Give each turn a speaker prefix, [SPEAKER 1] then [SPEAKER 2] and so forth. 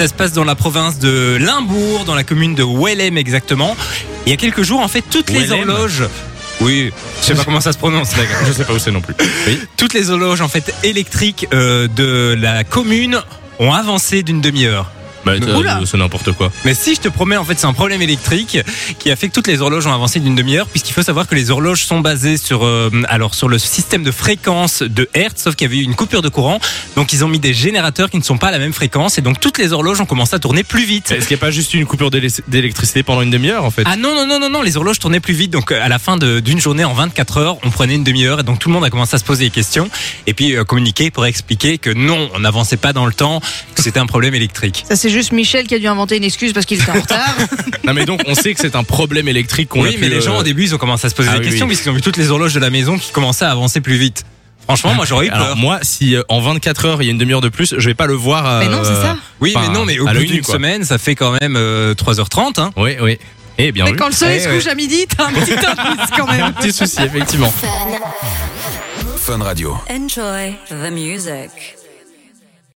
[SPEAKER 1] Ça se passe dans la province de Limbourg, dans la commune de Wellem exactement. Il y a quelques jours, en fait, toutes les
[SPEAKER 2] Wellem
[SPEAKER 1] horloges. Oui, je sais pas comment ça se prononce, les gars.
[SPEAKER 2] Je sais pas où c'est non plus. Oui.
[SPEAKER 1] Toutes les horloges en fait électriques euh, de la commune ont avancé d'une demi-heure.
[SPEAKER 2] Bah,
[SPEAKER 1] Mais
[SPEAKER 2] euh,
[SPEAKER 1] oula.
[SPEAKER 2] c'est n'importe quoi.
[SPEAKER 1] Mais si je te promets, en fait, c'est un problème électrique qui a fait que toutes les horloges ont avancé d'une demi-heure, puisqu'il faut savoir que les horloges sont basées sur, euh, alors, sur le système de fréquence de Hertz, sauf qu'il y avait eu une coupure de courant, donc ils ont mis des générateurs qui ne sont pas à la même fréquence, et donc toutes les horloges ont commencé à tourner plus vite.
[SPEAKER 2] Est-ce qu'il n'y a pas juste une coupure d'éle- d'électricité pendant une demi-heure en fait
[SPEAKER 1] Ah non, non, non, non, non, les horloges tournaient plus vite. Donc, euh, à la fin de- d'une journée en 24 heures, on prenait une demi-heure et donc tout le monde a commencé à se poser des questions. Et puis, euh, communiquer pour expliquer que non, on n'avançait pas dans le temps, que c'était un problème électrique.
[SPEAKER 3] Ça, c'est juste Michel qui a dû inventer une excuse parce qu'il était en retard.
[SPEAKER 2] Ah Non mais donc on sait que c'est un problème électrique qu'on
[SPEAKER 1] Ah.
[SPEAKER 2] a
[SPEAKER 1] oui,
[SPEAKER 2] pu,
[SPEAKER 1] mais les
[SPEAKER 2] euh,
[SPEAKER 1] gens au début, ils ont commencé à se poser
[SPEAKER 2] Ah
[SPEAKER 1] des
[SPEAKER 2] oui,
[SPEAKER 1] questions
[SPEAKER 2] oui.
[SPEAKER 1] puisqu'ils ont vu toutes les horloges de la maison qui commençaient à avancer plus vite. Franchement, moi, j'aurais eu
[SPEAKER 2] Alors
[SPEAKER 1] peur.
[SPEAKER 2] moi, si euh, en 24 heures il y a une demi-heure de plus, je vais pas le voir. euh,
[SPEAKER 3] Mais non, c'est ça.
[SPEAKER 1] Oui, mais
[SPEAKER 2] enfin,
[SPEAKER 1] non, mais au
[SPEAKER 2] à
[SPEAKER 1] bout
[SPEAKER 2] l'œil nu,
[SPEAKER 1] d'une
[SPEAKER 2] quoi.
[SPEAKER 1] semaine, ça fait quand même euh, 3h30. Hein.
[SPEAKER 2] Oui, oui. Eh bien
[SPEAKER 3] Mais
[SPEAKER 2] vu.
[SPEAKER 3] quand le soleil
[SPEAKER 2] Eh
[SPEAKER 3] se
[SPEAKER 2] ouais.
[SPEAKER 3] couche à midi, t'as un petit indice quand
[SPEAKER 2] Il y a un
[SPEAKER 3] même.
[SPEAKER 2] petit souci effectivement.
[SPEAKER 4] Fun Radio.
[SPEAKER 5] Enjoy the music.